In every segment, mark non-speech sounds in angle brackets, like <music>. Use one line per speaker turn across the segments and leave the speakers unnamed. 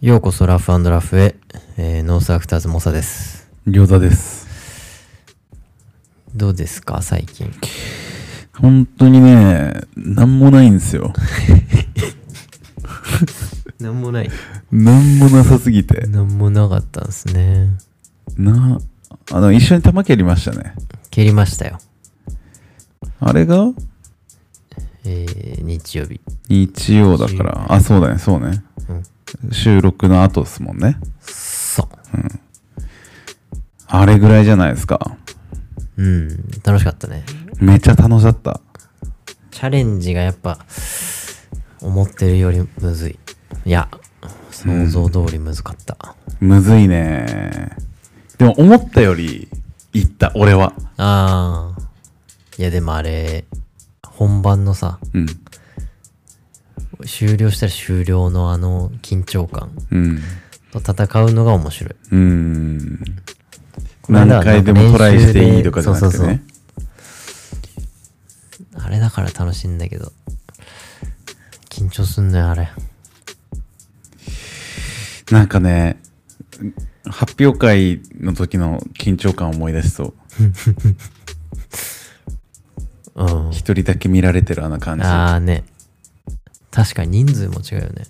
ようこそラフラフへ、えーノースアクターズモサです。
餃子です。
どうですか最近。
本当にね、なんもないんですよ。
なんもない。
なんもなさすぎて。
なんもなかったんですね。
な、あの、一緒に玉蹴りましたね。
蹴りましたよ。
あれが
えー日曜日。
日曜だから。あ、そうだね、そうね。
うん。
収録の後ですもんね。
そ
あれぐらいじゃないですか。
う。うん。楽しかったね。
めちゃ楽しかった。
チャレンジがやっぱ、思ってるよりむずい。いや、想像通りむずかった。
むずいね。でも思ったより、行った、俺は。
あー。いやでもあれ、本番のさ、
うん。
終了したら終了のあの緊張感
うん。
と戦うのが面白い。
うん。
この間
何
は
回でもトライしていいとかじゃなくてね。
そうそうあれだから楽しいんだけど。緊張すんのよ、あれ。
なんかね、発表会の時の緊張感を思い出しそう。
うん。
一人だけ見られてるあの感じ。
ああね。確かに人数も違うよね。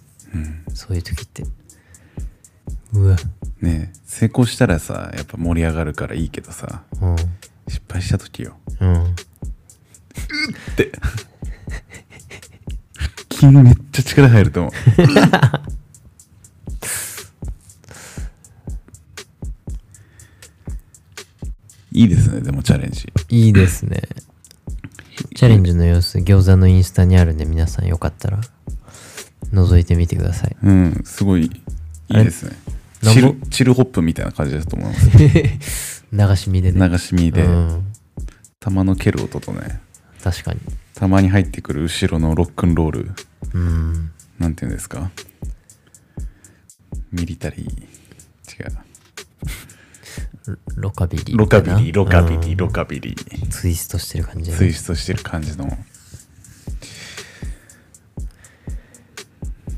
そういう時って。うわ。
ねえ成功したらさ、やっぱ盛り上がるからいいけどさ、
うん。
失敗した時よ。
うん。
筋めっちゃ力入
<laughs>
ると思う。いいですね、でもチャレンジ。
いいですね。チャレンジの様子、餃子のインスタにあるんで、皆さんよかったら、覗いてみてください。
うん、すごいいいですね。
あれ
チ
な
ル
ん
チルホップみたいな感じだと思い
<laughs>
ます。
流し見でね。
流し見で、
うん。
玉の蹴る音とね、
確かに。
たまに入ってくる後ろのロックンロール
うん。
なんていうんですかミリタリー違う
ロカビリー
ロカビリーロカビリ
う
ー
ん
ロカビリー
ツイストしてる感じだ
ツ
ね
イストしてる感じの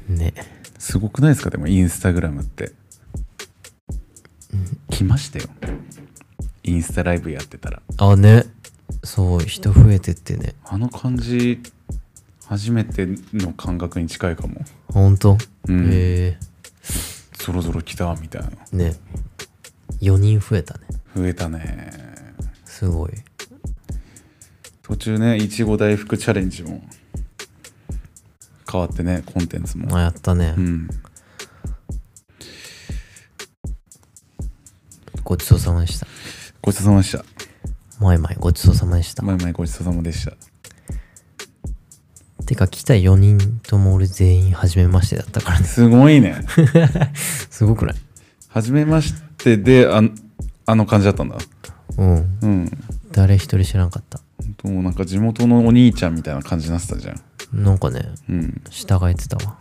ね。
すごくないですかでもインスタグラムって来ましたよインスタライブやってたら
あ、ね。そう、人増えてってね。
あの感じ初めての感覚に近いかも
ほんと
うん
へ
そろそろ来たみたいな
え。ね。4人増えたね。
増えたね
すごい。
途中ねいちご大福チャレンジも変わってねコンテンツも
あ、やったね
う。ん
ごちそうさまでした。
ごちそうさまでした
まいまい、ごちそうさまでした。
前々ごちそうさまでした
てか、来た4人とも俺全員初めましてだったから
<laughs>
ね。
すごい
<laughs>
ね
すごくない
初めましてであんあの感じだったんだ
うん。
うん
誰一人知らんかった。
ほんともうなんか地元のお兄ちゃんみたいな感じになってたじゃん
なんかね、
うん
従えてた
<laughs>
わ。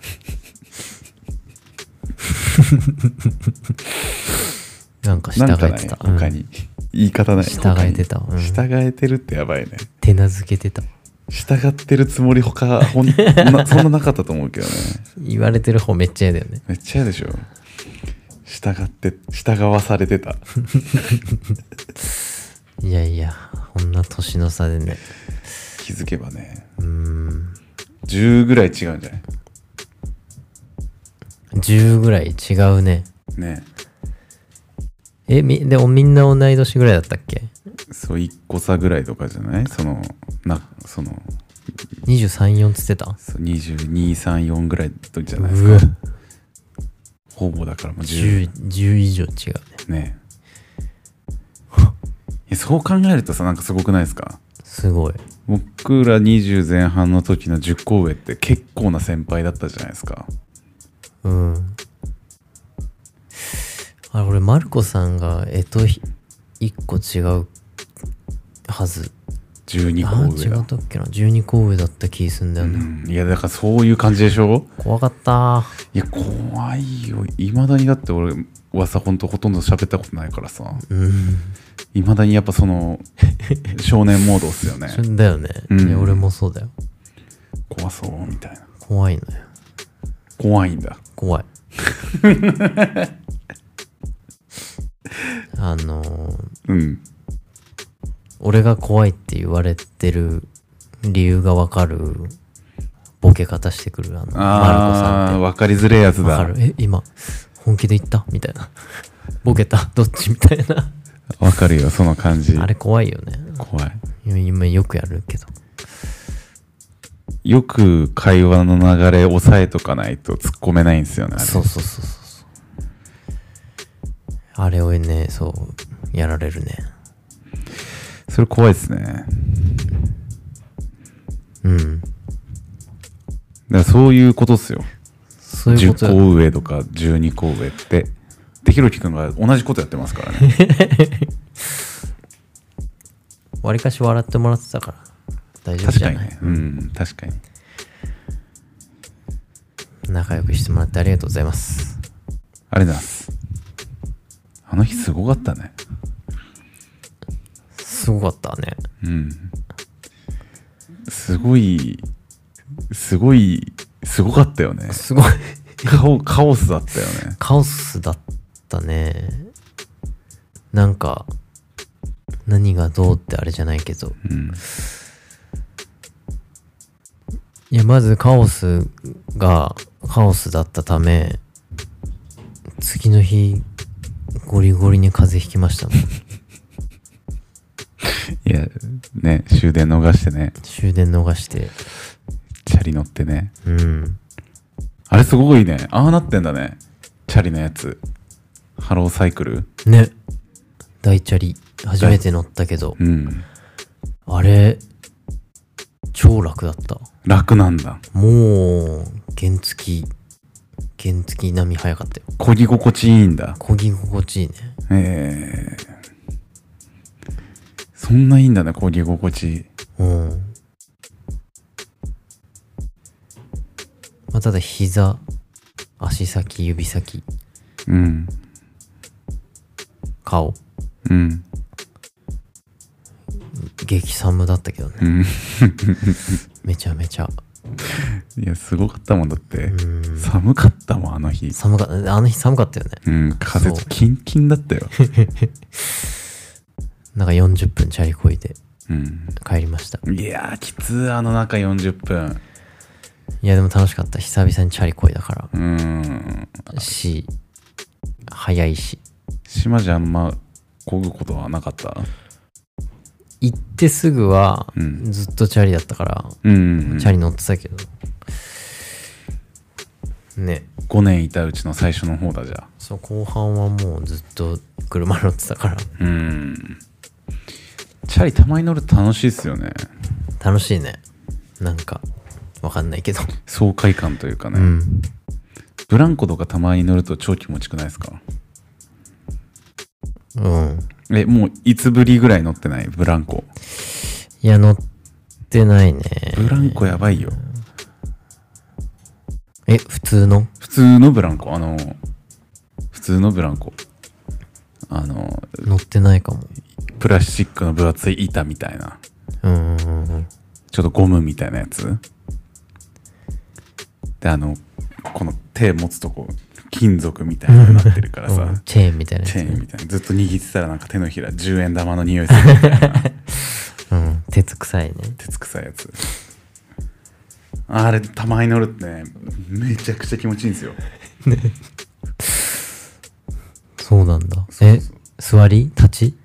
なんか従
なんか
え
な
て
い
た。うん
他に、言い方ない
従えてたわ
他
うん
に従えてるってやばいね
手なずけてた。
従ってるつもり他ほん <laughs> なそんななかったと思うけどね
言われてる方めっちゃ嫌だよね。
めっちゃ嫌でしょ従って従わされてた
いやいや、こんな年の差でね。
気づけばね
うーん。
10ぐらい違うんじゃない
10ぐらい違うね。
ね
え、み、でもみんな同い年ぐらいだったっけ
そう1個差ぐらいとかじゃないそのなその
?23、4つってた
そう2234ぐらいじゃないです
うわ
か。ほぼだからもう10
10、10以上違うね。
ねいやそう考えるとさなんかすごくないですか
すごい。
僕ら20前半の時の10個上って結構な先輩だったじゃないですか
うん。あれ、俺、マルコさんが、えとひ、1個違うはず。
12
あ
個上
違
だ
ったっけな ?12 個上だった気すんだよね。
うんいやだからそういう感じでしょ
怖かった
いや怖いよいまだにだって俺はさほんとほとんど喋ったことないからさ
うん。
いまだにやっぱその少年モードっすよ
<laughs>
ね
それだよね。
うん
いや俺もそうだよ。
怖そうみたいな
怖いのよ。
怖いんだ <laughs>
怖い。あのー
うん。
俺が怖いって言われてる理由がわかるボケ方してくるあのマルコさ
ああ、
んっ
わかりづれえやつ
てわか
だ
る。え今本気で言ったみたいな <laughs> ボケたどっちみたいな
わかるよ、その感じ。
あれ怖いよね
怖い。
今よくやるけど
よく会話の流れ押さえとかないと突っ込めないんですよね。あれ
そうそうそうそうそうあれをねそうやられるね
それ怖いですね。
うん
だからそういうことっすよ。
そういうこと
10個上とか12個上って。で、ひろきくんが同じことやってますからね。
<laughs> わりかし笑ってもらってたから大丈夫
確
じゃ
か
ない
にね。うん、確かに。
仲良くしてもらってありがとうございます
ありがとうございます。あの日すごかったね。
すごかったね
うん。すごい、すごい、すごかったよね。
すごい <laughs>
カオカオスだったよね。
カオスだったねなんか何がどうってあれじゃないけど
うん。
いやまずカオスがカオスだったため次の日ゴリゴリに風邪ひきましたもん
いや、ね、終電逃してね、
終電逃して
チャリ乗ってね。
うん
あれすごいね。ああなってんだね。チャリのやつ。ハローサイクル。
ね大チャリ初めて乗ったけど
うん。
あれ超楽だった
楽なんだ。
もう原付き原付き並み早かったよ
漕ぎ心地いいんだ。
漕ぎ心地いいね
ええそんないいんだね、漕ぎ心地。
うん。まあ、ただ膝、足先、指先、
うん。
顔、
うん。
激寒だったけどね。
うん。
めちゃめちゃ。
いや、すごかったもんだって
う。ん。
寒かったもん、あの日。
寒かった、あの日寒かったよね。
うん、風
そう
キンキンだったよ。
なんか40分チャリこいで
うん。
帰りました。
いやー、きつー、あの中40分。
いや、でも楽しかった。久々にチャリこいだか
うん。
ら。し、早いし。
島じゃあんま漕ぐことはなかった。
行ってすぐは
う、ん。
ずっとチャリだったから、
うん。
チャリ乗ってたけど。ね。
5年いたうちの最初の方だじゃあ。
そう後半はもうずっと車乗ってたから
うん。チャリたまに乗ると楽しいっすよね。
楽しいねなんかわかんないけど
爽快感というかね。
うん
ブランコとかたまに乗ると超気持ちよくないですか
うん
え、もういつぶりぐらい乗ってないブランコ。
いや乗ってないね
ブランコやばいよ。
え普通の
普通のブランコ。あの、普通のブランコ。あの、
乗ってないかも
プラスチックの分厚い板みたいな。
うんうんうんうん
ちょっとゴムみたいなやつ。で、あの、この手持つとこ、金属みたいになってるから
<laughs> う
さ
ん、チェーンみたいなやつ
チェーンみたいな。ずっと握ってたらなんか手のひら10円玉の匂いするみたい
<laughs>
な。
うん鉄臭いね
鉄臭いやつ。あれ、たまに乗るってね、めちゃくちゃ気持ちいいんですよ。
そうなんだ
そうそう
え座り立ち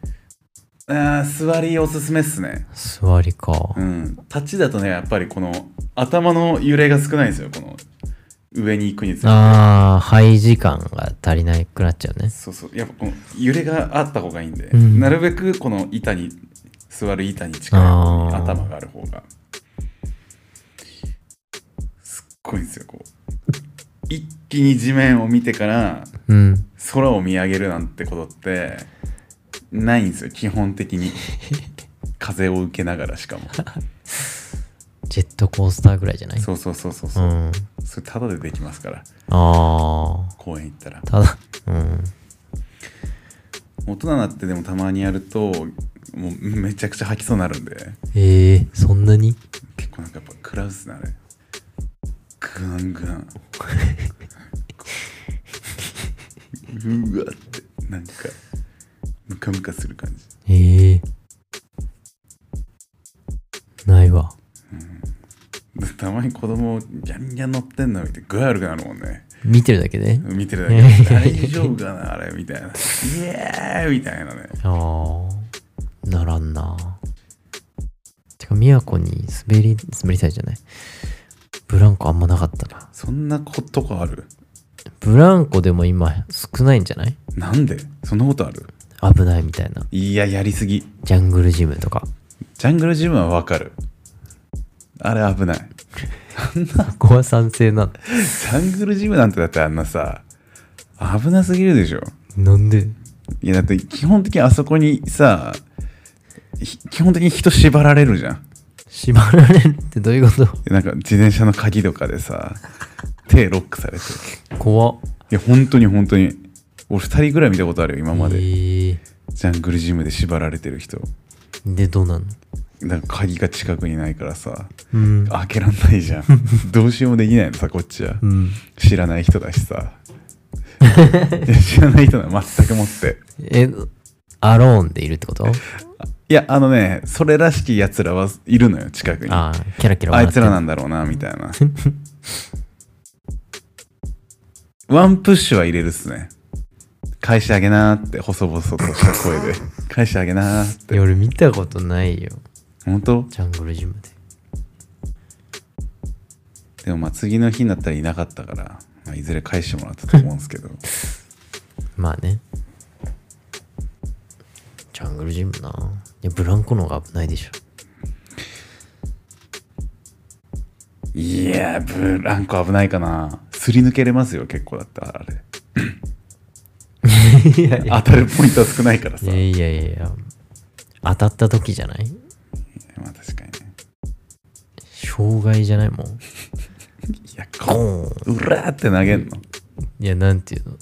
あー座りおすすめっすね。
座りか
うん。立ちだとね、やっぱりこの頭の揺れが少ないんですよ。この上に行くにつれて。
ああ肺時間が足りなくなっちゃうね
そうそう。やっぱこの揺れがあった方がいいんで、
うん
なるべくこの板に、座る板に近い方に
あー
頭がある方が。すっごいんですよ、こう。一気に地面を見てから、
うん
空を見上げるなんてことってないんですよ基本的
<laughs>
に風を受けながらしかも
ジェットコースターぐらいじゃない
そうそうそうそう
う
そう、
ん
それタダでできますから
ああ
公園行ったら
ただうん
大人になってでもたまにやるともうめちゃくちゃ吐きそうになるんで
えー、そんなに
結構なんかやっぱ食らうっすねあれグワングワンうわってなんかムカムカする感じ
ええないわ。
たまに子供ギャンギャン乗ってんの見て具合悪くなるもんね
見てるだけで
見てるだけで大丈夫かなあれみたいなイエーイみたいなね
ああ、ならんな。てか、宮古に滑り、滑りたいじゃないブランコあんまなかったな。
そんなことかある
ブランコでも今少ないんじゃない
なんでそんなことある
危ないみたいな。
いややりすぎ
ジャングルジムとか。
ジャングルジムはわかるあれ危ない
そこは賛成なんだ。
ジャングルジムなんてだってあんなさ危なすぎるでしょ
なんで
いやだって基本的にあそこにさひ基本的に人縛られるじゃん
縛られるってどういうこ
なんか自転車の鍵とかでさ手ロックされて
と怖っ。
いや本当に本当に俺2人ぐらい見たことあるよ今まで、
ええ
ジャングルジムで縛られてる人
で、どうなんの
なんか鍵が近くにないからさ
うん。
開けらんな
<laughs>
いじゃんどうしようもできないのさこっちは
うん。
知らない人だしさい
<laughs>
や知らない人だ全くもって
え、アローンでいるって <laughs> こと
いやあのねそれらしきやつらはいるのよ近くに
ああ、キャラキャラ
あ
笑
い
って
つ
る
らなんだろうなみたい
<laughs>
なワンプッシュは入れるっすね返してあげなーって細々とした声
<laughs>
で返してあげなーって
いや俺見たことないよ。
本当
ジャングルジムで。
でもまあ次の日になったらいなかったから、まあ、いずれ返してもらったと思うんですけど
まあね。ジャングルジムな。いや、ブランコの方が危ないでしょ。
いやーブランコ危ないかなすり抜けれますよ結構だったらあれ
いやいや
当たるポイントは少ないからさ
いやいやいやいや。当たった時じゃない
まあ確かにね
障害じゃないもん。
いやこ
ゴーン
ううらーって投げんの
いや、なんていうの。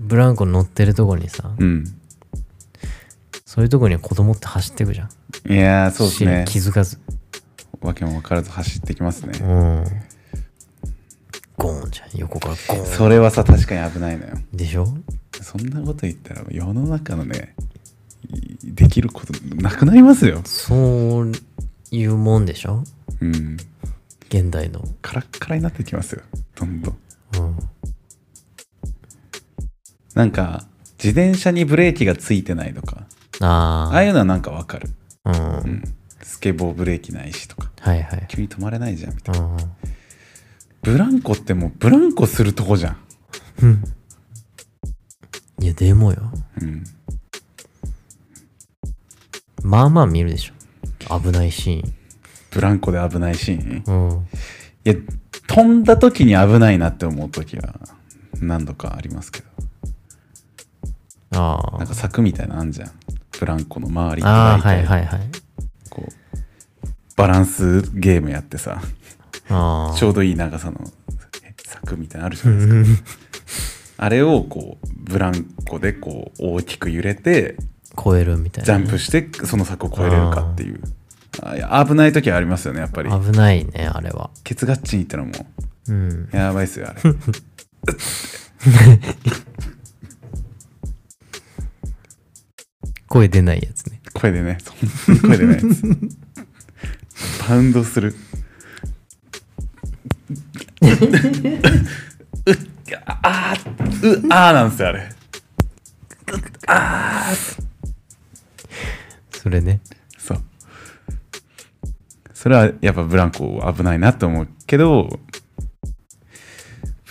ブランコ乗ってるとこにさ、
うん
そういうとこには子供って走ってくじゃん。
いやーそうですね
知ら気づかず。
わけも分からず走ってきますね、
うん。ゴーンじゃん。横からゴーン。
それはさ確かに危ないのよ
でしょ
そんなこと言ったら世の中のねいできることなくなりますよ
そういうもんでしょ
うん
現代の。
カラッカラになってきますよどんどん
うん。
なんか自転車にブレーキがついてないとか
あ
あ
あ。
あいうのはなんかわかる、
うん。
うん、スケボーブレーキないしとか
はいはい。
急に止まれないじゃんみたいな
うん。
ブランコってもうブランコするとこじゃん
うんいや、でもよ。
うん
まあまあ見るでしょ。危ないシ
ブランコで危ないシーン
ーン。うん。
いや飛んだ時に危ないなって思う時は何度かありますけど
あ
なん
あ。
か柵みたいなのあんじゃんブランコの周りに
ああ、
大
はい
体
はいはい。
こうバランスゲームやってさ
ああ。
ちょうどいい長さのえ柵みたいなのあるじゃないですかあれをこうブランコでこう大きく揺れて
超えるみたい
ジ
な
ャ
ね、
ンプしてその柵を越えれるかっていうあいや危ない時はありますよねやっぱり
危ないね、あれは。
ケツガッチンいったらも
う
う <laughs>
ん。
やばいっすよ、あれ。
声出ないやつね。
声でね、そんな声でね。パウンドす <laughs> る。うっ、あー、うあーなんですよ、あれ。
それね。
そう。それはやっぱブランコ危ないなと思うけど、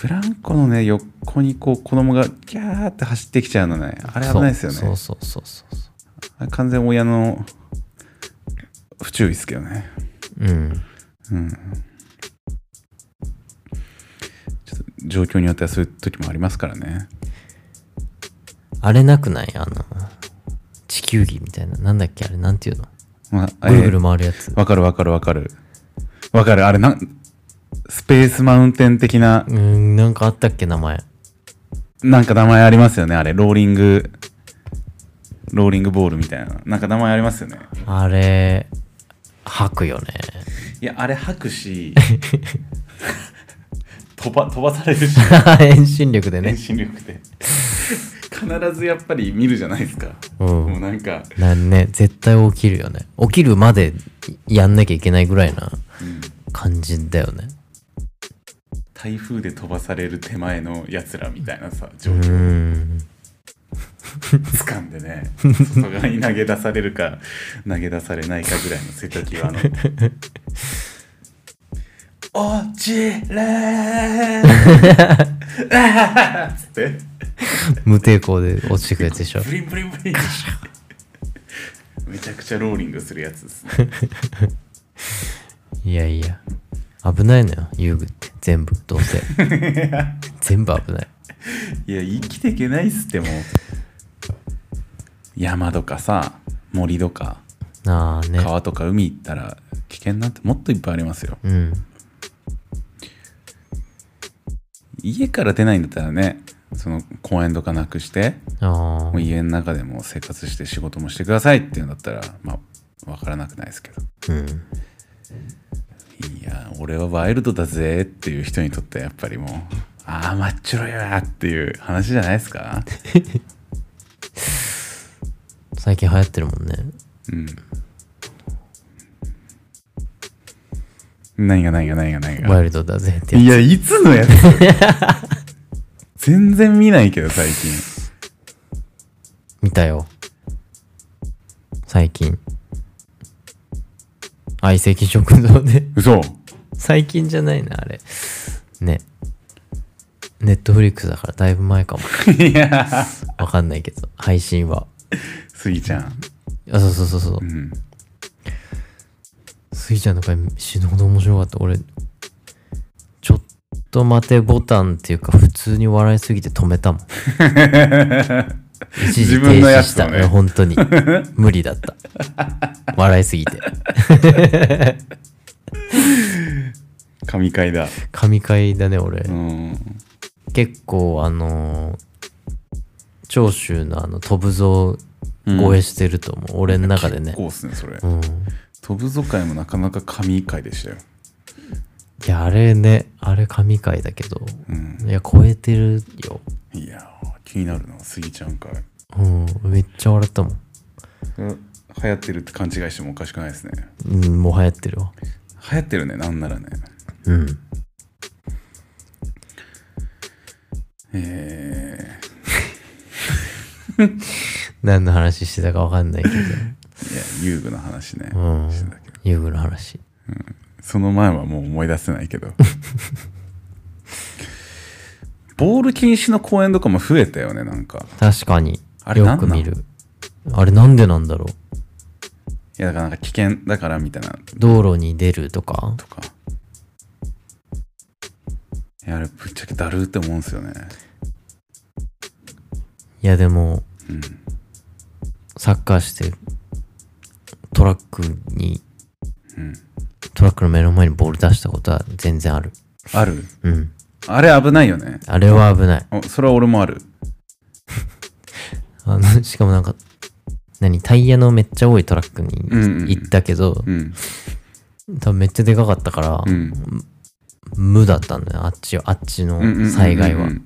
ブランコのね、横にこう子供がギャーって走ってきちゃうのね、あれ危ないですよね。
そうそうそうそうそ
あれ完全親の不注意ですけどね。
う。うん。
うんちょっと状況によってはそういう時もありますからね。
あれなくないあの、地球儀みたいな。なんだっけあれ、なんていうの
まあ、
ぐるぐる
え
回るやつ
ー。わかるわかるわかる。わかる、あれなん、スペースマウンテン的な、
うん、なんかあったっけ、名前。
なんか名前ありますよね、あれ。ローリング、ローリングボールみたいな。なんか名前ありますよね。
あれ、吐くよね。 <laughs>
いや、あれ吐くし、飛ば飛ばされるし
遠心力で
遠
ね。
心力で必ずやっぱり見るじゃないですか、
う。
もうんなんか、
なんね、絶対起きるよね。起きるまでやんなきゃいけないぐらいな
うん
感じだよね。
台風で飛ばされる手前のやつらみたいなさ状
う
況
ん。
掴んでね外側に投げ出されるか投げ出されないかぐらいの瀬戸際の「落ちれー!あー」つって
無抵抗で落ちてくやつでしょ。
ブリンブリンブリンめちゃくちゃローリングするやつですね
いやいや。危ないのよ、遊具って。全部、どうせ。全部危ない。
いや生きていけないっすってもう山とかさ森とか
ああね。
川とか海行ったら危険なんてもっといっぱいありますよ
うん。
家から出ないんだったらねその公園とかなくして
あ
もう家の中でも生活して仕事もしてくださいっていうんだったらまあ分からなくないですけど
あ。うん。
いや俺はワイルドだぜっていう人にとってはやっぱりもうああまっちょろいわっていう話じゃないですか
最近流行ってるもんね。
うん何が何が何が何
ワ
が
イルドだぜってや
いやいつ
<laughs>
のやつ全然見ないけど最近
つ見たよ。最近。相席食堂で。
嘘
最近じゃないな、あれ。ね。ネットフリックスだからだいぶ前かも。
いや
わかんないけど、配信は。
スギちゃん
あ、そうそうそうそう
う。ん
スイちゃんの回死ぬほど面白かった。俺、ちょっと待てボタンっていうか、普通に笑いすぎて止めたも
<laughs>
ん。一時停
自分の
止
や
し
つ
た。
をね
ね、本当に。無理だった。笑いすぎて。
神回だ
神回だね、俺。
うん
結構、あのー長州のあの、飛ぶぞ
うん
超えしてると思う。俺の中でね
結。構っすねそれ
うん。い
飛ぶぞ会もなかなか神回でしたよ、
や、あれね、あれ神回だけど。
うん、
いや、超えてるよ。
いやー気になるなスギちゃん回
うん。めっちゃ笑ったもん。
うん流行ってるって勘違いしてもおかしくないですね
うん、もう流行ってるわ。
流行ってるねなんならね
うん。
え
何の話してたかわかんないけ
<laughs>
ど。
ー、いや遊具の話ね、
うん
してたけど。
遊具の話。
その前はもう思い出せないけど <laughs> ボール禁止の公園とかも増えたよねなんか
確かに。
あれ
よく見る。あれなんでなんだろう。
いやだからなんか危険だからみたいな
道路に出るとか。
とかいやあれぶっちゃけだるーって思うんですよね
いやでも、
うん
サッカーして、トラックに、
うん
トラックの目の前にボール出したことは全然ある。
ある
うん。
あれ危ないよね
あれは危ない。
おそれは俺もある
あ
<laughs>
の、しかもなんか、何タイヤのめっちゃ多いトラックに
うんうんうん
行ったけど、
うん
多分めっちゃでかかったから、
うん
無だったんだよ。あっち、あっちの
うんうんうんうん
災害は
う。ん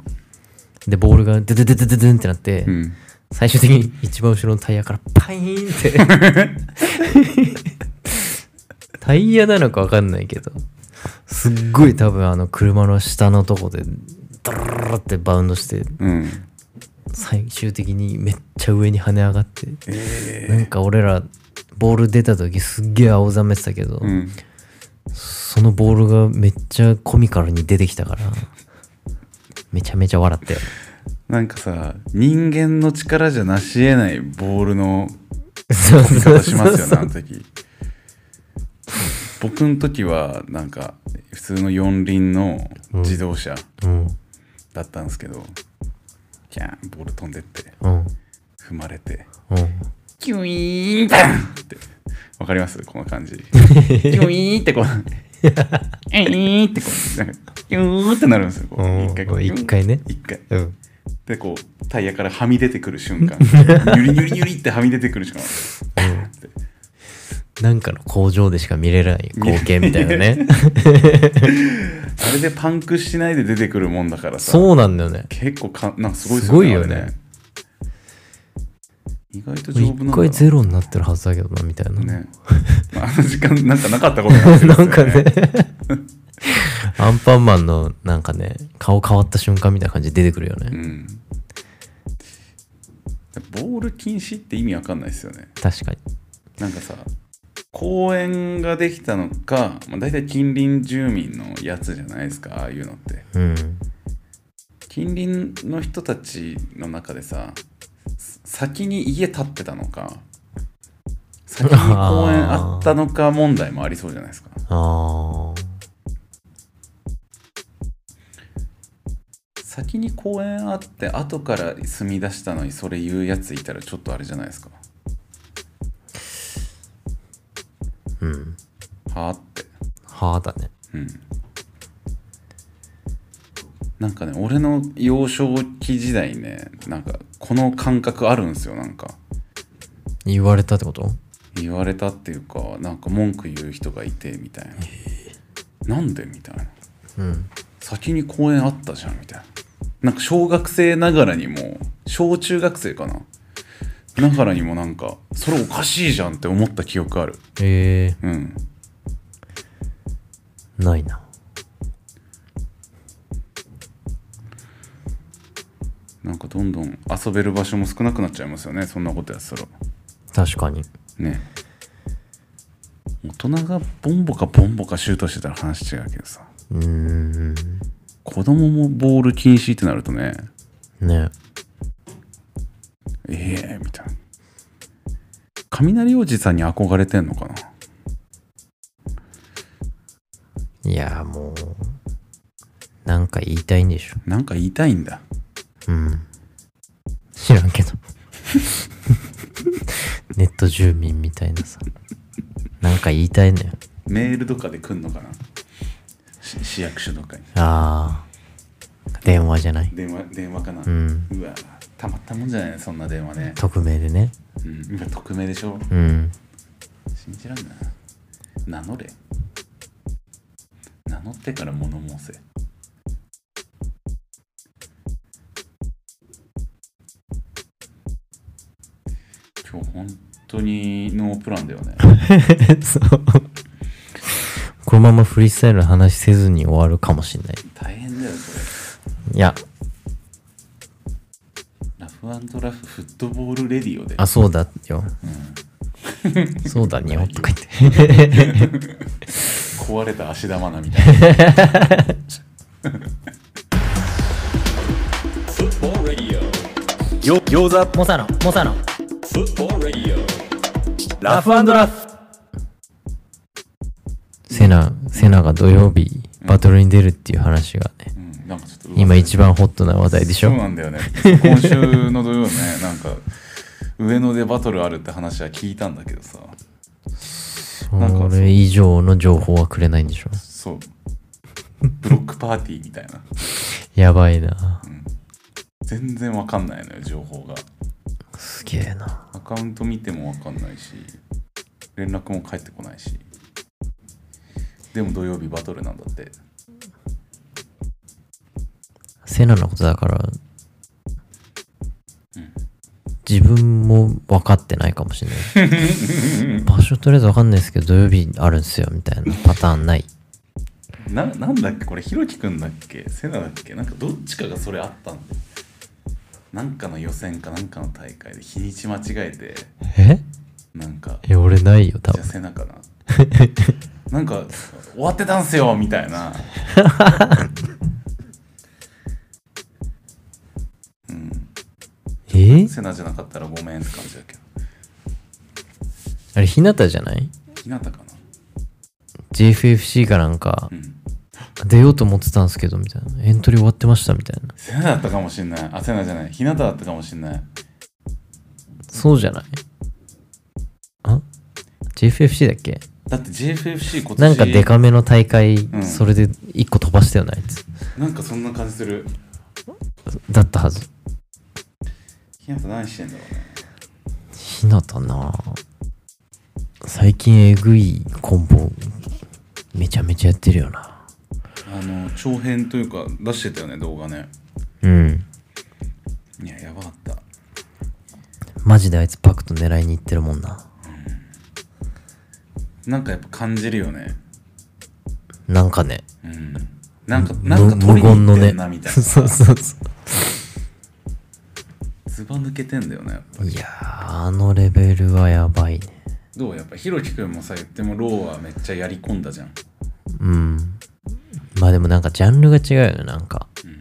で、ボールがデデデデデデンってなって、
うん
最終的に一番後ろのタイヤからパイーンって。
<laughs>
タイヤなのかわかんないけど、すっごい多分あの車の下のとこで、ドロロロってバウンドして、
うん
最終的にめっちゃ上に跳ね上がって、
え
なんか俺ら、ボール出た時すっげえ青ざめてたけど、
ーうん
そのボールがめっちゃコミカルに出てきたから、めちゃめちゃ笑ったよ。
なんかさ人間の力じゃなし得ないボールの
そう
飛び
そう
方します
そう
よねあの時僕の時はなんか普通の四輪の自動車
うん。
だったんですけど、キャーンボール飛んでって
うん。
踏まれて <laughs>
うん。
キュイーンバンってわかりますこの
<laughs>
感じキュイーンってこ <laughs> うえいーってこうなんかキューンってなるんですよこう
うん
一回こう
一回ね
一回
うん。
でこうタイヤからはみ出てくる
<laughs>
瞬間ニュリニュリニュリってはみ出てくる瞬間 <laughs>
なんかの工場でしか見れない光景みたいなね。
あれでパンクしないで出てくるもんだからさ
そうなんだよね
結構かなんかすごいです
すごいよね
あれ意外と丈夫なん
一
だな
回ゼロになってるはずだけどなみたいな、
ね、まああの時間なんかなかったことになって
<laughs>
る
なん
です
か
よ
ね
<laughs>
アンパンマンのなんかね顔変わった瞬間みたいな感じで出てくるよね、
うんボール禁止って意味わかんないですよね
確かに
なんかさ公園ができたのか、まあ、大体近隣住民のやつじゃないですかああいうのって
うん
近隣の人たちの中でさす先に家建ってたのか
<laughs>
先に公園あったのか問題もありそうじゃないですか
ああ
先に公園あって後から住み出したのにそれ言うやついたらちょっとあれじゃないですか
うん
はあって
はあだね
うんなんかね俺の幼少期時代ねなんかこの感覚あるんですよなんか
言われたってこと
言われたっていうかなんか文句言う人がいてみたいななんでみたいな
うん
先に公園あったじゃんみたいななんか小学生ながらにも小中学生かなながらにもなんかそれおかしいじゃんって思った記憶ある
え
うん
ー、ないな
なんかどんどん遊べる場所も少なくなっちゃいますよねそんなことやったら
確かに
ね大人がボンボかボンボかシュートしてたら話違うけどさ
うーん
子供もボール禁止ってなるとね
ね
ええみたいな雷おじさんに憧れてんのかない
やーもうなんか言いたいんでしょ
なんか言いたいんだ
うん知らん <laughs> けどネット住民みたいなさなんか言いたいんだよ
メールとかで来んのかなし市役所とかに
ああ電話じゃない
電話電話かな、う
うん
わたまったもんじゃないねそんな電話ね、
匿名でね
うん、今匿名でしょ
うん
信じらんないな名乗れ名乗ってから物申せ今日本当にノープランだよね
<laughs> そうこのままフリースタイルの話せずに終わるかもしんない
大変だよそ
いや
れラフラフフットボールレディオで
あそうだよそうだによとか言って
壊れた足玉なみたいな
Football Radio.
モサノモサノ
Football Radio.
ラフラフセナセナが土曜日バトルに出るっていう話がね
うんなんかちょっと
今一番ホットな話題でし
そう
ょ
なんだよね今週の土曜ねなんか上野でバトルあるって話は聞いたんだけどさなんかそう
それ以上の情報はくれないんでしょ
そうブロックパーティーみたいな
やばいな
全然わかんないのよ情報が
すげえな
アカウント見てもわかんないし連絡も返ってこないしでも土曜日バトルなんだって
セナのことだから
ん
自分も分かってないかもしれ
<laughs>
ない場所とりあえず分かんないですけど土曜日あるんすよみたいなパターンない
ななんだっけこれひろきくんだっけセナだっけなんかどっちかがそれあったんだよなんかの予選かなんかの大会で日にち間違えて
え
なんか
え俺ないよ多
じゃあ
分
背中ななんか終わってたんすよみたいなうん
え
セナじゃなかったらごめんって感じだけど
あれ日向じゃない
日向かな
JFFC かなんか
うん
出ようと思ってたんですけどみたいなエントリー終わってましたみたいな
セナだったかもしんないあセナじゃない日向だったかもしんない
そうじゃないあ JFFC だっけ
だって JFFC 今年
なんかデカめの大会、
ん
それで一個飛ばしたよねあいつ
なんかそんな感じする
だったはず
日向何してんだろうね
ひなたな最近えぐいコンボめちゃめちゃやってるよな
ああの長編というか出してたよね動画ね
うん
いややばかった
マジであいつパクト狙いに行ってるもんな
なんかやっぱ感じるよね
なんかね
うんなんかなんか
む
取りに行ってんな
無
み
言
たい
そ
な
う <laughs> そうそ
ずば抜けてんだよねやっぱ
ういやーあのレベルはやばいね
どうやっぱひろきくんもさ言ってもローはめっちゃやり込んだじゃん
うんまあでもなんかジャンルが違うよねなんか、
ん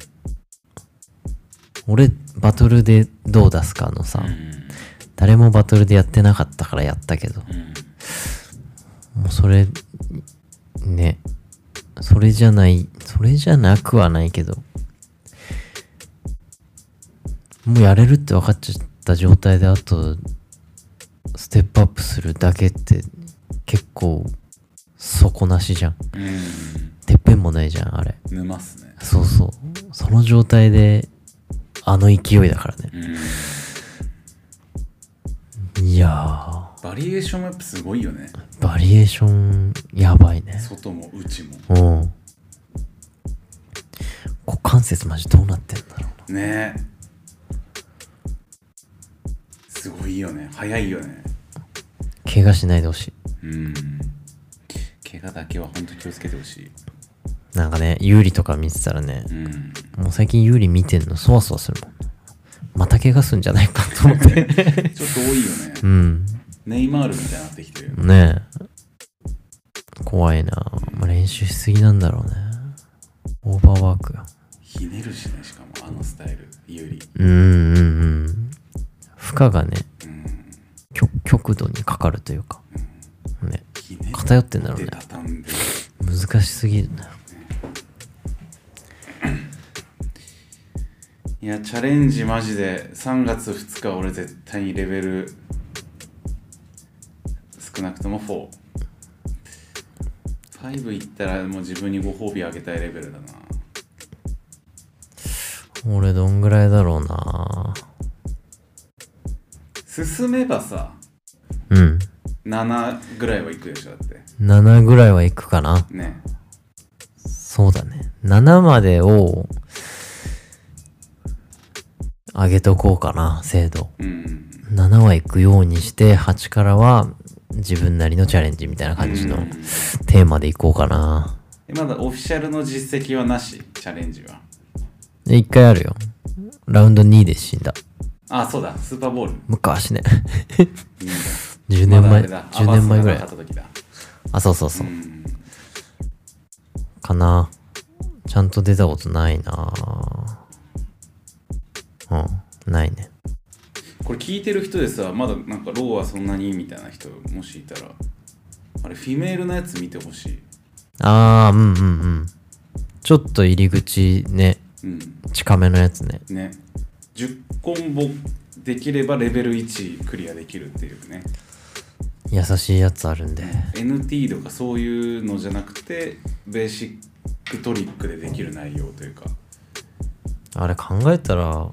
俺バトルでどう出すかのさ、
うん
誰もバトルでやってなかったからやったけど
うん
もうそれねそれじゃないそれじゃなくはないけどもうやれるって分かっちゃった状態であとステップアップするだけって結構底なしじゃん
うん
てっぺんもないじゃんあれ
沼っすね
そうそうその状態であの勢いだからね
うん
いや
バリエーションもやっぱすごいよね
ーバリエーションやばいね
外も内も
うん。股関節マジどうなってんだろう
ねえすごいよね早いよね
な。怪我しないでほし
うん怪我だけは本当気をつけてほしい
い。なんかね、有利とか見てたらね、
うん
もう最近有利見てんの、そわそわするもん。また怪我すんじゃないかと思って。
ちょっと多いよね
うん。
ネイマールみたいになってきてる
ねえ。怖いな。まあ、練習しすぎなんだろうね。オーバーワークよ。
ひねるしねしかもあのスタイル有利
うんうんうん。負荷がね、
うん
極極度にかかるというか。ね。
ひね
偏ってんだろう
って
ね。
畳んで
難しすぎるな。
いやチャレンジマジで3月2日俺絶対にレベル少なくとも45いったらもう自分にご褒美あげたいレベルだな
俺どんぐらいだろうな
進めばさ
うん。
7ぐらいはいくでしょだって
7ぐらいは行くかな。
ね
そうだね。7までを、上げとこうかな、精度。
うん
7は行くようにして、8からは自分なりのチャレンジみたいな感じの
うん
テーマで行こうかな。
えまだオフィシャルの実績はなしチャレンジは
で一回あるよ。ラウンド2で死んだ。
あそうだスーパーボールい
昔ね。 <laughs>
いんだ
10年
まだあ
前、
れだ
10年前ぐら
アバ
い
スが。勝った時だ
あ、そうそうそう
う。ん
かな。ちゃんと出たことないな。うん、ないね。
これ聞いてる人でさまだなんかローはそんなにみたいな人もしいたらあれフィメールのやつ見てほしい
ああ、うんうんうん。ちょっと入り口ね、
うん
近めのやつね。
ね10コンボできればレベル1クリアできるっていうね
優しいやつあるんで。
NT とかそういうのじゃなくてベーシックトリックでできる内容というか
あれ考えたら、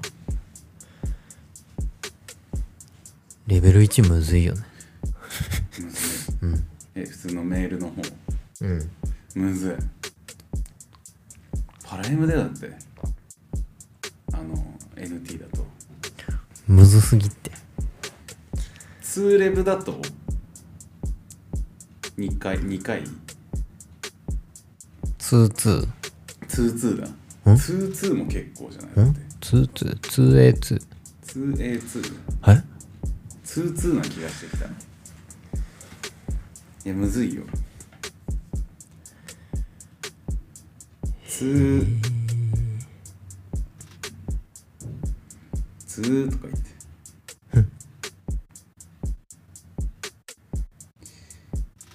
レベル1むずいよね。
むずい、え普通のメールの方
うん。
むずいパラ M でだってあの NT だと
むずすぎって。
2レブだと2回2回
2-2。
22だ
ん
22も結構じゃないだ
ん
って
?2-2。2A2。
2A2
はい
22な気がしてきたいやむずいよ 2… 2とか言って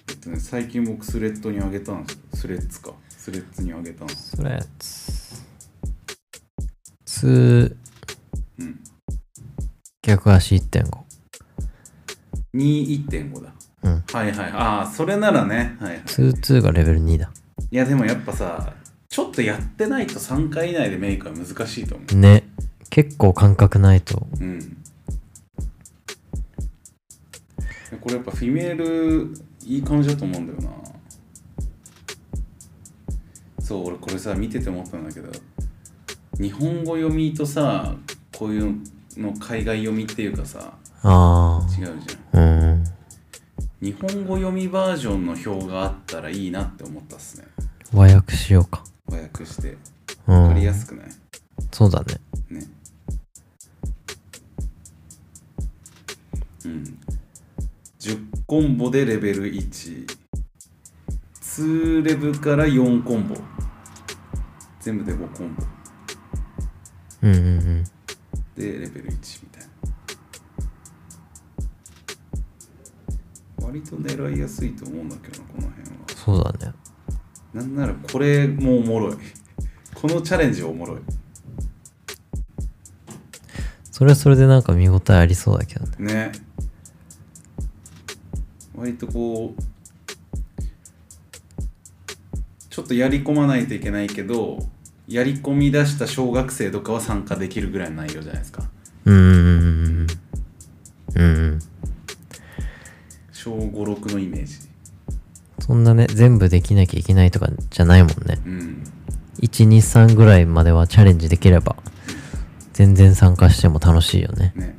えっとね最近僕スレッドにあげたんですスレッズかスレッズにあげたんです
それ、つ。つ、
うん
逆足1.5。
21.5だ、
うん
はいはいああそれならねはいはい
2-2がレベル2だ。
いやでもやっぱさちょっとやってないと3回以内でメイクは難しいと思
ね。結構感覚ないと。
ううんこれやっぱフィメールいい感じだと思うんだよなそう俺これさ見てて思ったんだけど日本語読みとさこういうの海外読みっていうかさ
あ
違うじ
あ
ゃん
うん
日本語読みバージョンの表があったらいいなって思ったっすね
和訳しようか
和訳して
う
分かりや
ん
すくない
そうだね
ねうん10コンボでレベル12レブから4コンボ全部で5コンボ
うんうんうん
でレベル1みたいな割と狙いやすいと思うんだけどなこの辺は
そうだね
なんならこれもおもろいこのチャレンジおもろい
それはそれでなんか見応えありそうだけどね
ね割とこうちょっとやり込まないといけないけどやり込み出した小学生とかは参加できるぐらいの内容じゃないですか
うんうんうんうんうんうん
小56のイメージ
そんなね全部できなきゃいけないとかじゃないもんね
うん
123ぐらいまではチャレンジできれば全然参加しても楽しいよね
ね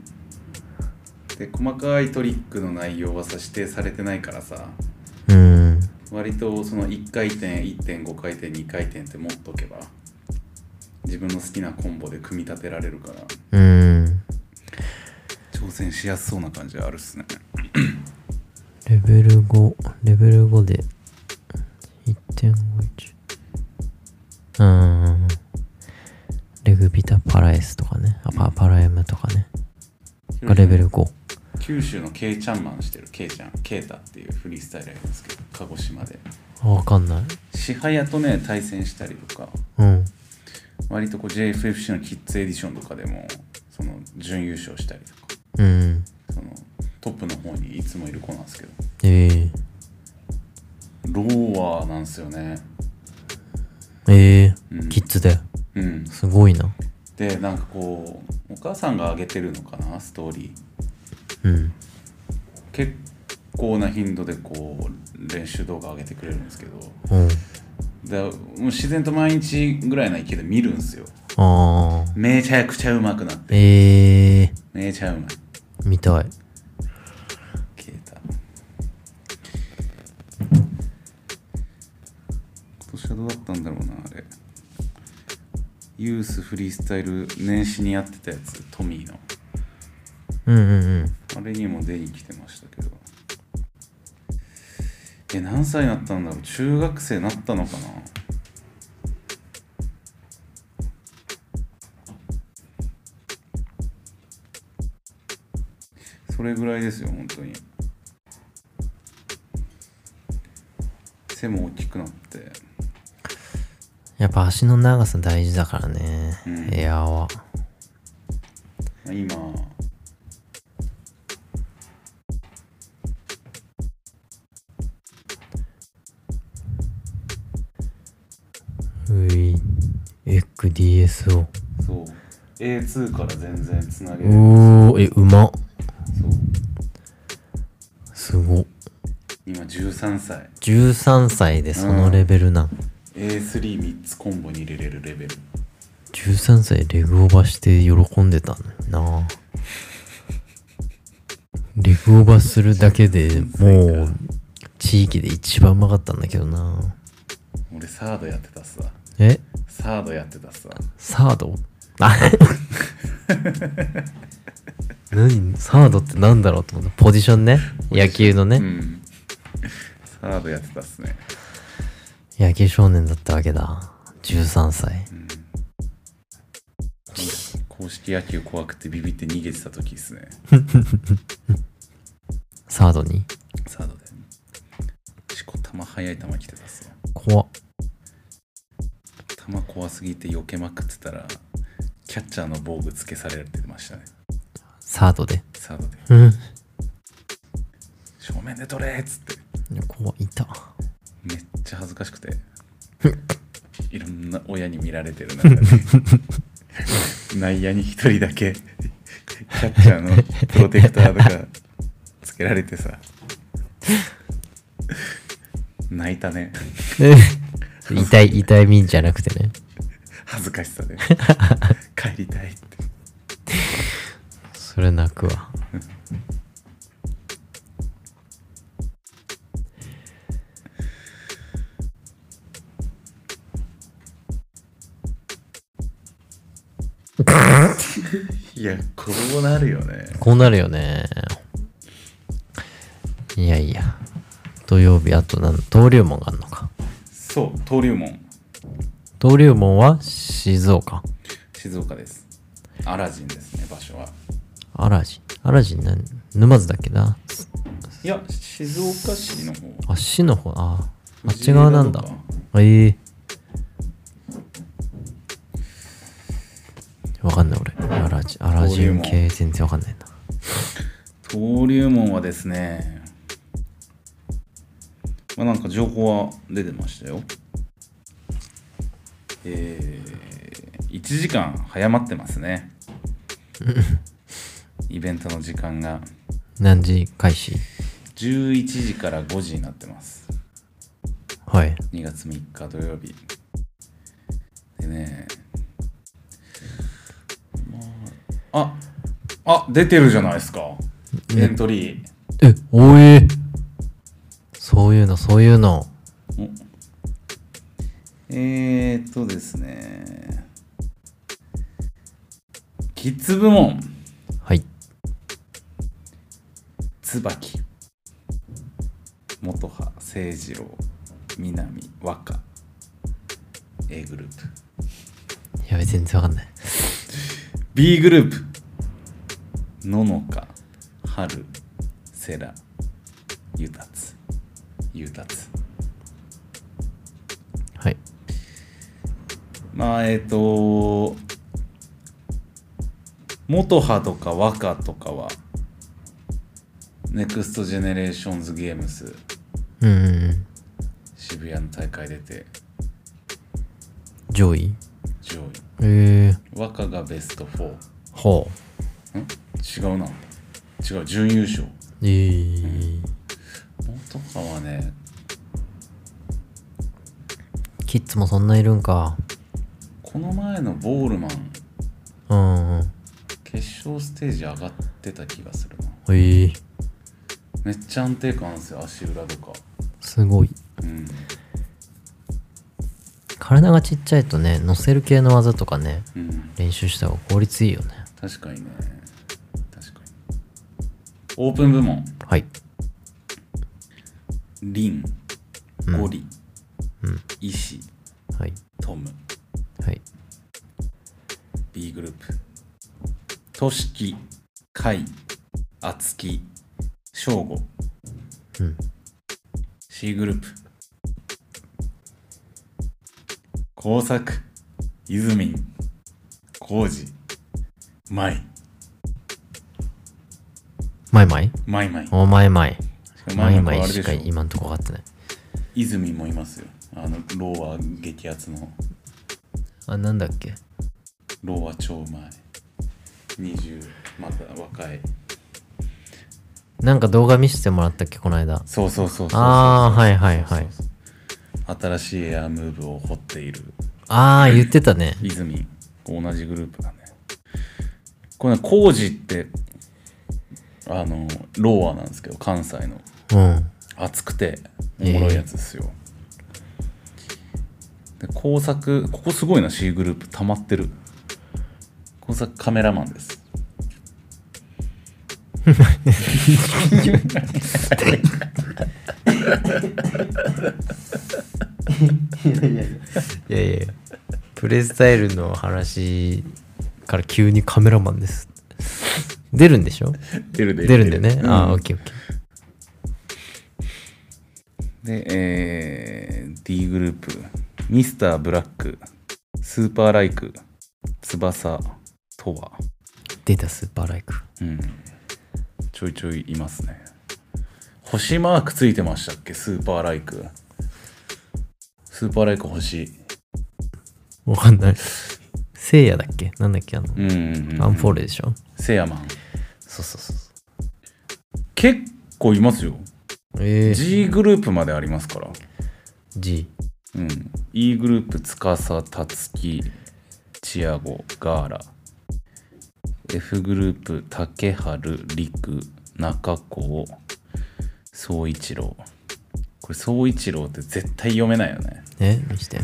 で細かいトリックの内容はさ指定されてないからさ
うん
割とその1回転1.5回転2回転って持っとけば自分の好きなコンボで組み立てられるから
うん
挑戦しやすそうな感じはあるっすね
レベル5レベル5で1.51うんレグビタパラエスとかねあパパラエムとかねがレベル5
九州のケイちゃんマンしてるケイちゃんケイタっていうフリースタイルやるんですけど鹿児島で
あわかんない
シハヤとね対戦したりとか
うん
割とこう JFFC のキッズエディションとかでもその準優勝したりとか
うん
そのトップの方にいつもいる子なんですけど
えー、
ローワーなんですよね
えー
うん
キッズで
うん
すごいな
でなんかこうお母さんが上げてるのかなストーリー
うん
結構な頻度でこう練習動画上げてくれるんですけど
うん
でもう自然と毎日ぐらいの勢いで見るんですよ
ああ
めちゃくちゃうまくなって
ええ
めちゃうまい
ー、見たい
消えた今年はどうだったんだろうなあれユースフリースタイル年始にやってたやつトミーの
うんうんうん
あれにも出に来てましたけどえ何歳になったんだろう中学生になったのかなそれぐらいですよ本当に背も大きくなって
やっぱ足の長さ大事だからね、
うん
エアーは
まあ今
ういエッグ DSO
そう A2 から全然つなげる
うおーえうまっ
そう
すごっ
今13歳
13歳でそのレベルなん、
A33 つコンボに入れれるレベル
13歳レグオーバーして喜んでたのになレグオーバーするだけでもう地域で一番うまかったんだけどな
俺サードやってたさ
え
サードやってたさ
サードあ何サードってなんだろうと思ってポジションね野球のね、
うんサードやってたっすね
野球少年だったわけだ13歳
公式野球怖くてビビって逃げてた時っすね
サードに
サードでしこ球速い球来てたっすわ
怖っ
球怖すぎて避けまくってたらキャッチャーの防具つけされてましたね
サードで
サードで
うん
正面で取れっつって
怖いた
めっちゃ恥ずかしくていろんな親に見られてる中で内野に一人だけキャッチャーのプロテクターとかつけられてさ泣いたね
え痛い、痛いみんじゃなくてね。
恥ずかしさで帰りたいって
それ泣くわ。
いやこうなるよね
こうなるよね。いやいや。土曜日、あとなん、登竜門があるのか。
そう登竜門
登竜門は静岡。
静岡ですアラジンですね場所は
アラジン。アラジンなん、沼津だっけな。
いや静岡市の方
あ、市の方、あ、あっ
藤
ち
枝
側なんだ
とか。
ええわかんない俺。アラジン、アラジン系全然わかんないな。
登竜門はですねまあなんか情報は出てましたよえー、1時間早まってますねイベントの時間が
何時開始
11時から5時になってます
はい。
2月3日土曜日でねまあああ出てるじゃないですかエントリー、
え、おえそういうの、そういうの。
おえー、っとですねキッズ部門
はい。
椿元葉誠二郎南若 A グループ
やべ、全然わかんない。
B グループののか春セラゆたつゆたつ
はい。
まあえっ、と元葉とか和歌とかはネクストジェネレーションズゲームス
うんうんうん。
渋谷の大会出て
上位
上位
ええ
和歌がベスト4
ほ
ん違うな違う準優勝
う。ええ
元葉はね
キッズもそんないるんか。
この前のボールマン
うんうん。
決勝ステージ上がってた気がするな
ええ
めっちゃ安定感あるんですよ足裏とか
すごい。
うん
体がちっちゃいとね、乗せる系の技とかね、
うん
練習した方が効率いいよね。
確かにね確かにオープン部門
はい。
リンゴリ、
うん
イシ
はい。
トム
はい。
B グループトシキカイアツキショウゴ
うん。
C グループ工作イズミンコウジマイ
マイマイ
マイマイ
おマイマイ。マ
マ
イ
イマ
マ
イ
イ
あれ
し
でし
か
ょ
今んとこ分かってない。
イズミンもいますよあのローは激アツの
あ、なんだっけ
ローは超前20まだ若い
なんか動画見せてもらったっけこの間。
そうそうそうそうそう
あーはいはいはい
新しいエアムーブを掘っている
ああ、言ってたね。
イズミン同じグループだねこれねコウジってあのローアなんですけど関西の
うん。
熱くておもろいやつですよ、で工作ここすごいな C グループ溜まってる工作カメラマンです
いやいやプレイスタイルの話から急にカメラマンです。出るんでしょ
出る出
出るんだよね。
うん
ああ、オッケーオッケー。
で、えー D グループ、ミスターブラック、スーパーライク、翼、とは、
出たスーパーライク。
うん、ちょいちょいいますね。星マークついてましたっけ、スーパーライク。スーパーライク星。
わかんない。せいやだっけなんだっけあの、
うんうん、うん。
アンフォーレでしょ
セヤマン。
そうそうそうそ
結構いますよ。
う。ええ
G グループまでありますから。
G。
うん、E グループ司たつきチアゴガーラ F グループ竹春陸中子総一郎これ総一郎って絶対読めないよね
え見して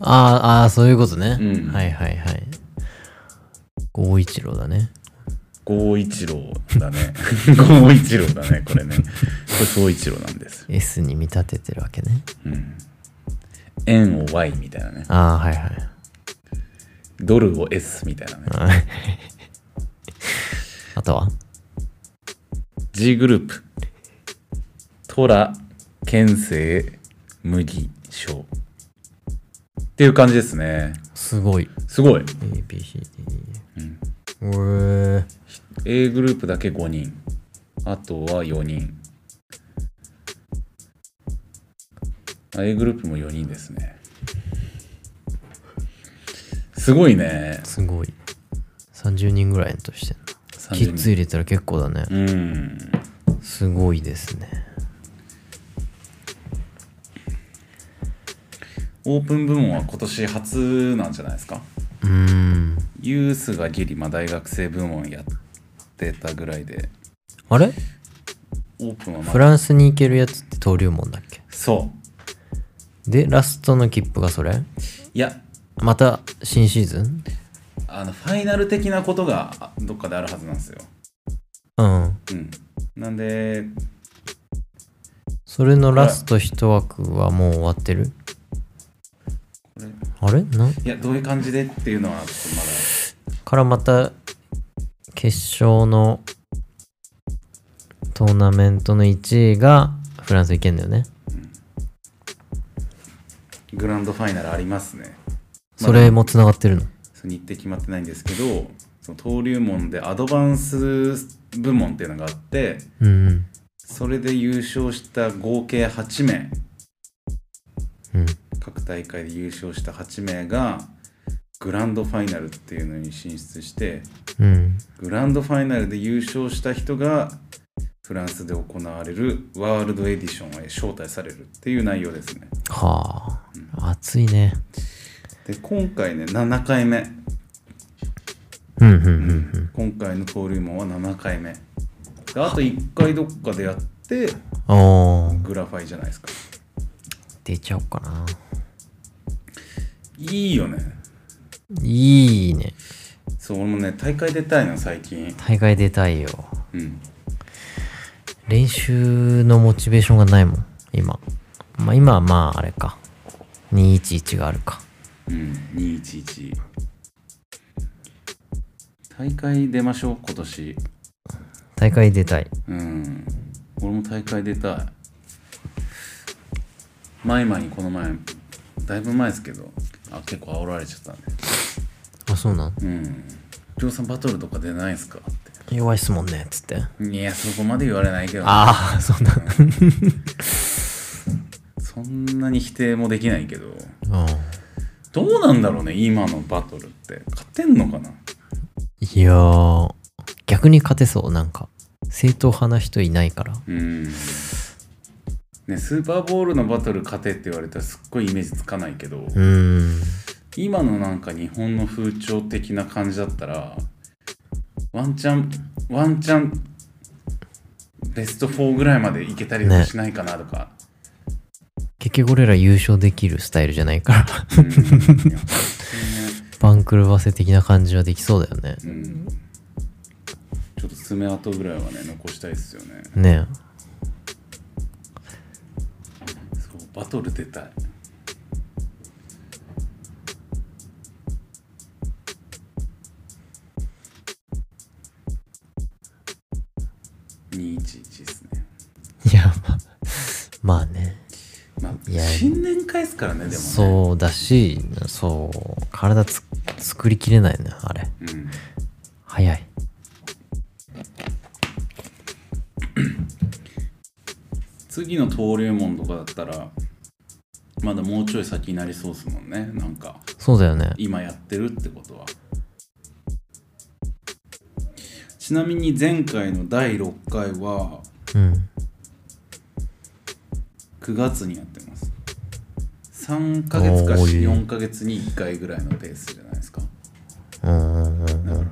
あーあーそういうことね、
うん
はいはいはい郷一郎だね
郷一郎だね郷一郎だねこれねこれ総一郎なんです
S に見立ててるわけね
うん円を Y みたいなね
ああはいはい
ドルを S みたいなね
はいあとは
G グループトラ県政麦賞っていう感じですね
すごい
すごい
ABCD うん、え
A グループだけ5人あとは4人あ A グループも4人ですねすごいね
すごい30人ぐらいとしてんのキッズ入れたら結構だね
うん
すごいですね
オープン部門は今年初なんじゃないですか
うーん
ユースがギリ、まあ、大学生部門やってたぐらいで
あれ
オープンはま
フ
だ
ランスに行けるやつって登竜門だっけ
そう
でラストの切符がそれ
いや
また新シーズン
あのファイナル的なことがあどっかであるはずなんですよ
うん
うんなんで
それのラスト一枠はもう終わってる
これ
あれなん
いやどういう感じでっていうのはちょっとまだ
からまた決勝のトーナメントの1位がフランス行けんだよね
グランドファイナルありますね
それもつながってるの
そう日程決まってないんですけどその登竜門でアドバンス部門っていうのがあって
うんうん
それで優勝した合計8名
うん
各大会で優勝した8名がグランドファイナルっていうのに進出して
うん
グランドファイナルで優勝した人がフランスで行われるワールドエディションへ招待されるっていう内容ですね
はあ熱いね
で今回ね7回目、
うんうんうん
今回の登竜門は7回目であと1回どっかでやって
おー
グラファイじゃないですか
出ちゃおうかない
いよね
いいね
そう俺もね大会出たいの最近
大会出たいよ
うん
練習のモチベーションがないもん今まあ今はまああれか211があるか
うん211大会出ましょう今年
大会出たい
うん俺も大会出たい前々にこの前だいぶ前ですけどあ結構煽られちゃったね
あそうなん
うん「りょうさんバトルとか出ないんすか?」っ
弱いっすもんねっつって
ていやそこまで言われないけど
ああそうなん
そんなに否定もできないけど
うん
どうなんだろうね今のバトルって勝てんのかない
やー逆に勝てそうなんか正統派な人いないから
うんねスーパーボールのバトル勝てって言われたらすっごいイメージつかないけど、
うーん
今のなんか日本の風潮的な感じだったらワンチャンワンチャンベスト4ぐらいまでいけたり
ね
しないかなと
<laughs>
か、
結局俺ら優勝できるスタイルじゃないから <laughs>
うんいや
番狂わせ的な感じはできそうだよね
本当にねうんちょっと爪痕ぐらいはね残したいですよね
ねえ
そうバトル出たい211ですね
いやまあまあね
まあ、
いや
新年会ですからね、でもね。
そうだしそう体つ作りきれないねあれ
う。ん。
早い
次の登竜門とかだったら、まだもうちょい先になりそうですもんね。なんか、
そうだよね
今やってるってことは。ちなみに前回の第6回は、
うん
9月にやってます3ヶ月か
おーいい
4ヶ月に1回ぐらいのペースじゃないですか
うんうんうん
だから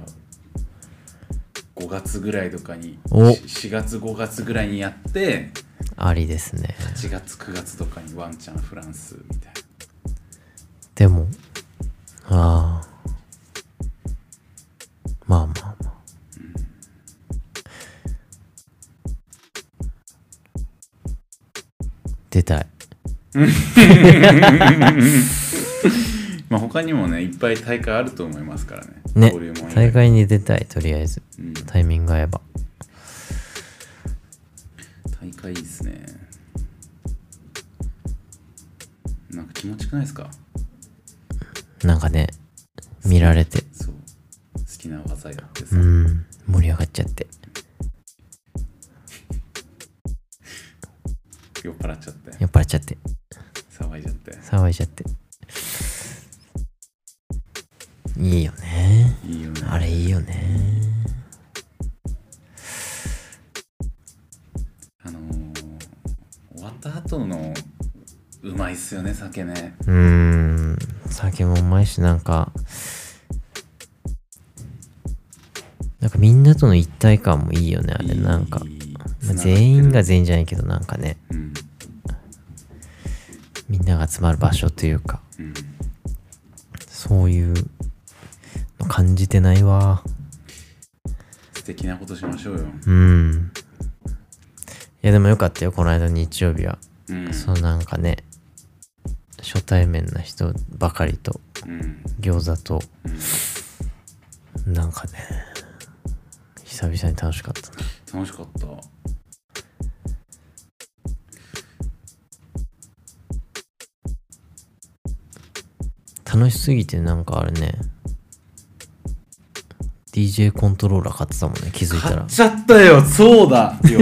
5月ぐらいとかに
お
4月5月ぐらいにやって
ありですね
8月9月とかにワンチャンフランスみたい
でもああまあまあまあ出たい
なまあ他にもねいっぱい大会あると思いますからね
ね
ボリュームもいい
大会に出たいとりあえず
うん
タイミング合えば
大会いいですねなんか気持ちよくないですか
なんかね見られて
そう好きな技やってさ、
うん盛り上がっちゃって
酔っ払っちゃって
酔っ払っちゃって
騒いじゃって
騒いじゃっていいよね
いいよね
あれいいよね
あのー、終わった後のうまいっすよね酒ね
うーん酒もうまいしなんかなんかみんなとの一体感もいいよねあれなんか、
いい
まあ全員が
繋
全員じゃないけどなんかね
がってるうん
みんなが集まる場所というか
うん
そういうの感じてないわ
素敵なことしましょうよ
うんいやでもよかったよこの間日曜日は、
うん
そうなんかね初対面な人ばかりと
うん
餃子と
うん
なんかね久々に楽しかったな
楽しかった
楽しすぎてなんかあれね DJ コントローラー買ってたもんね気づいた
買
ら
っちゃったよそうだ <laughs> よ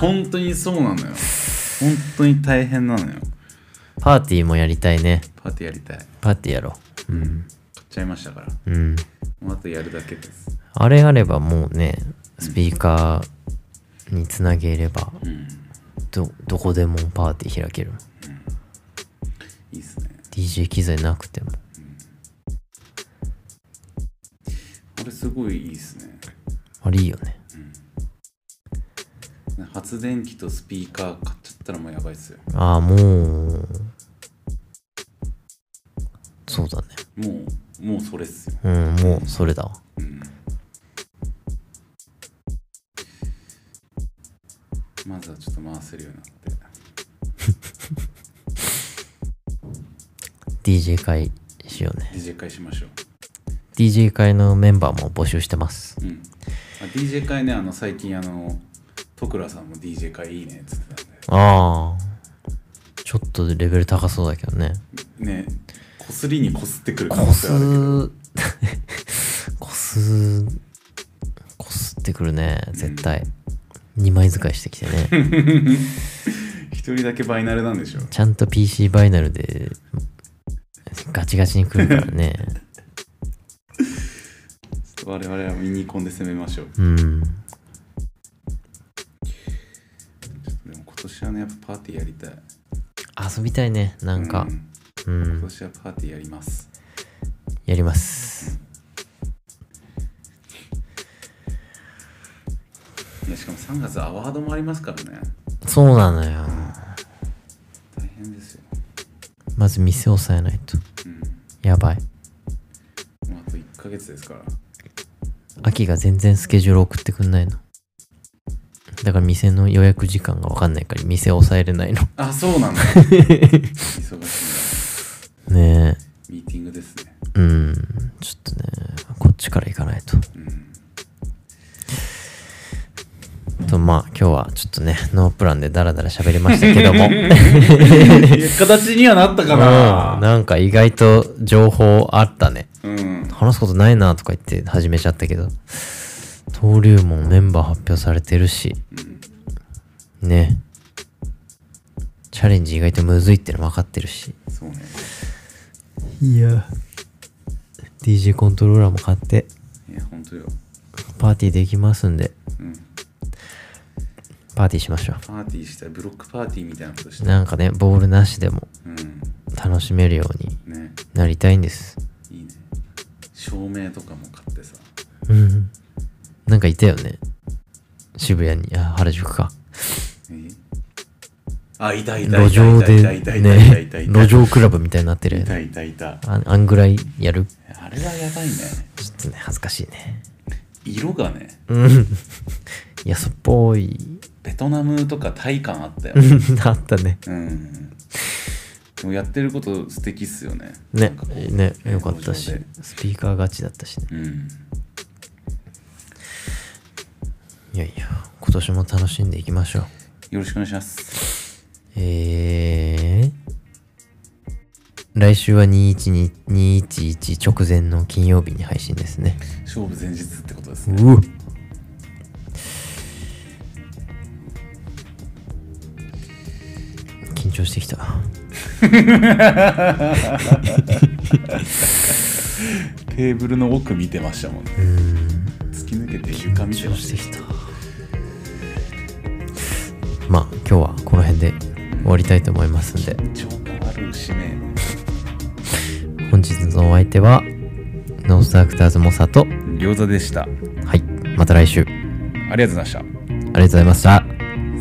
本当にそうなのよ本当に大変なのよ
パーティーもやりたいね
パーティーやりたい買
パーティーやろううん
っちゃいましたから
うん
もうあとやるだけです
あれあればもうねスピーカーにつなげれば
うん
どどこでもパーティー開けるもん
いいっすね
DJ 機材なくても
これすごいいいっすね
あれいいよね
発電機とスピーカー買っちゃったらもうやばいっすよ
ああもうそうだね
もうもうそれっすよ
うんもうそれだわ
うんまずはちょっと回せるようになって
DJ 会しようね
DJ 会しましょう
DJ 会のメンバーも募集してます
うん、あ DJ 会ねあの最近あの徳良さんも DJ 会いいねっつってたん
ああちょっとレベル高そうだけどね
でねこすりにこすってくる可
こ
能性
す
ある
こすこすってくるね絶対、二枚使いしてきてね
一人だけバイナルなんでしょ
ちゃんと PC バイナルでガチガチにくるからね
我々はミニコンで攻めましょう
うん
でも今年はねやっぱパーティーやりたい
遊びたいねなんか
う
う
今
ん
年はパーティーやります
やります
いやしかも3月アワードもありますからね
そうなのよ
大変ですよ、
まず店を押さえないと
うん、
やばい
もうあと1ヶ月ですから
秋が全然スケジュール送ってくんないのだから店の予約時間が分かんないから店を抑えれないの
あそ
<laughs>
うなんだ忙し
ね
いなミーティングですね
えうんちょっとねこっちから行かないと
うん
とまあ今日はちょっとねノープランでダラダラ喋りましたけど <laughs> も
いや形にはなったか
うん
な
なんか意外と情報あったね
うん
話すことないなとか言って始めちゃったけど登竜門メンバー発表されてるしねチャレンジ意外とむずいっての分かってるし
そうね
いや DJ コントローラーも買って
いや本当よ
パーティーできますんで
うん
パーティーしましょ
パーティーしたいブロックパーティーみたいなことし
う
たい
なんかねボールなしでも
うん
楽しめるように
ね
なりたいんです
いいね照明とかも買ってさ
うんなんかいたよね渋谷にあ原宿か
えあいたいた
路
いた
上
いた
で
いたいたいたいた
ね
いたいたいたいたい
路上クラブみたいになってるよ
た
ね
いたいた
ああんぐらいやる
あれはやばいね
ちょっとね恥ずかしい <laughs> ね
色がね
うん安っぽい <laughs>
ベトナムとかタイ感あったよね
あったね
うんでもやってること素敵っすよねな
ね
んかこう
ねよかったし
路上で
スピーカーガチだったしね
うん
いやいや今年も楽しんでいきましょう
よろしくお願いします
えー、来週は212 211直前の金曜日に配信ですね
勝負前日ってことですね
うわ緊張してきた
<laughs> テーブルの奥見てましたもんね
うん
突き抜けて床
緊
見て
張
ま
し
してた
きたまあ今日はこの辺で終わりたいと思いますんで
緊張があるしね
本日のお相手はノースダークターズモサと
餃子でしたあ
はいまた来週あり
りがとうございました
がとうございました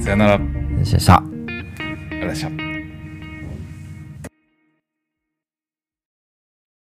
さよならありがとう
よっしゃよっしゃ
ございました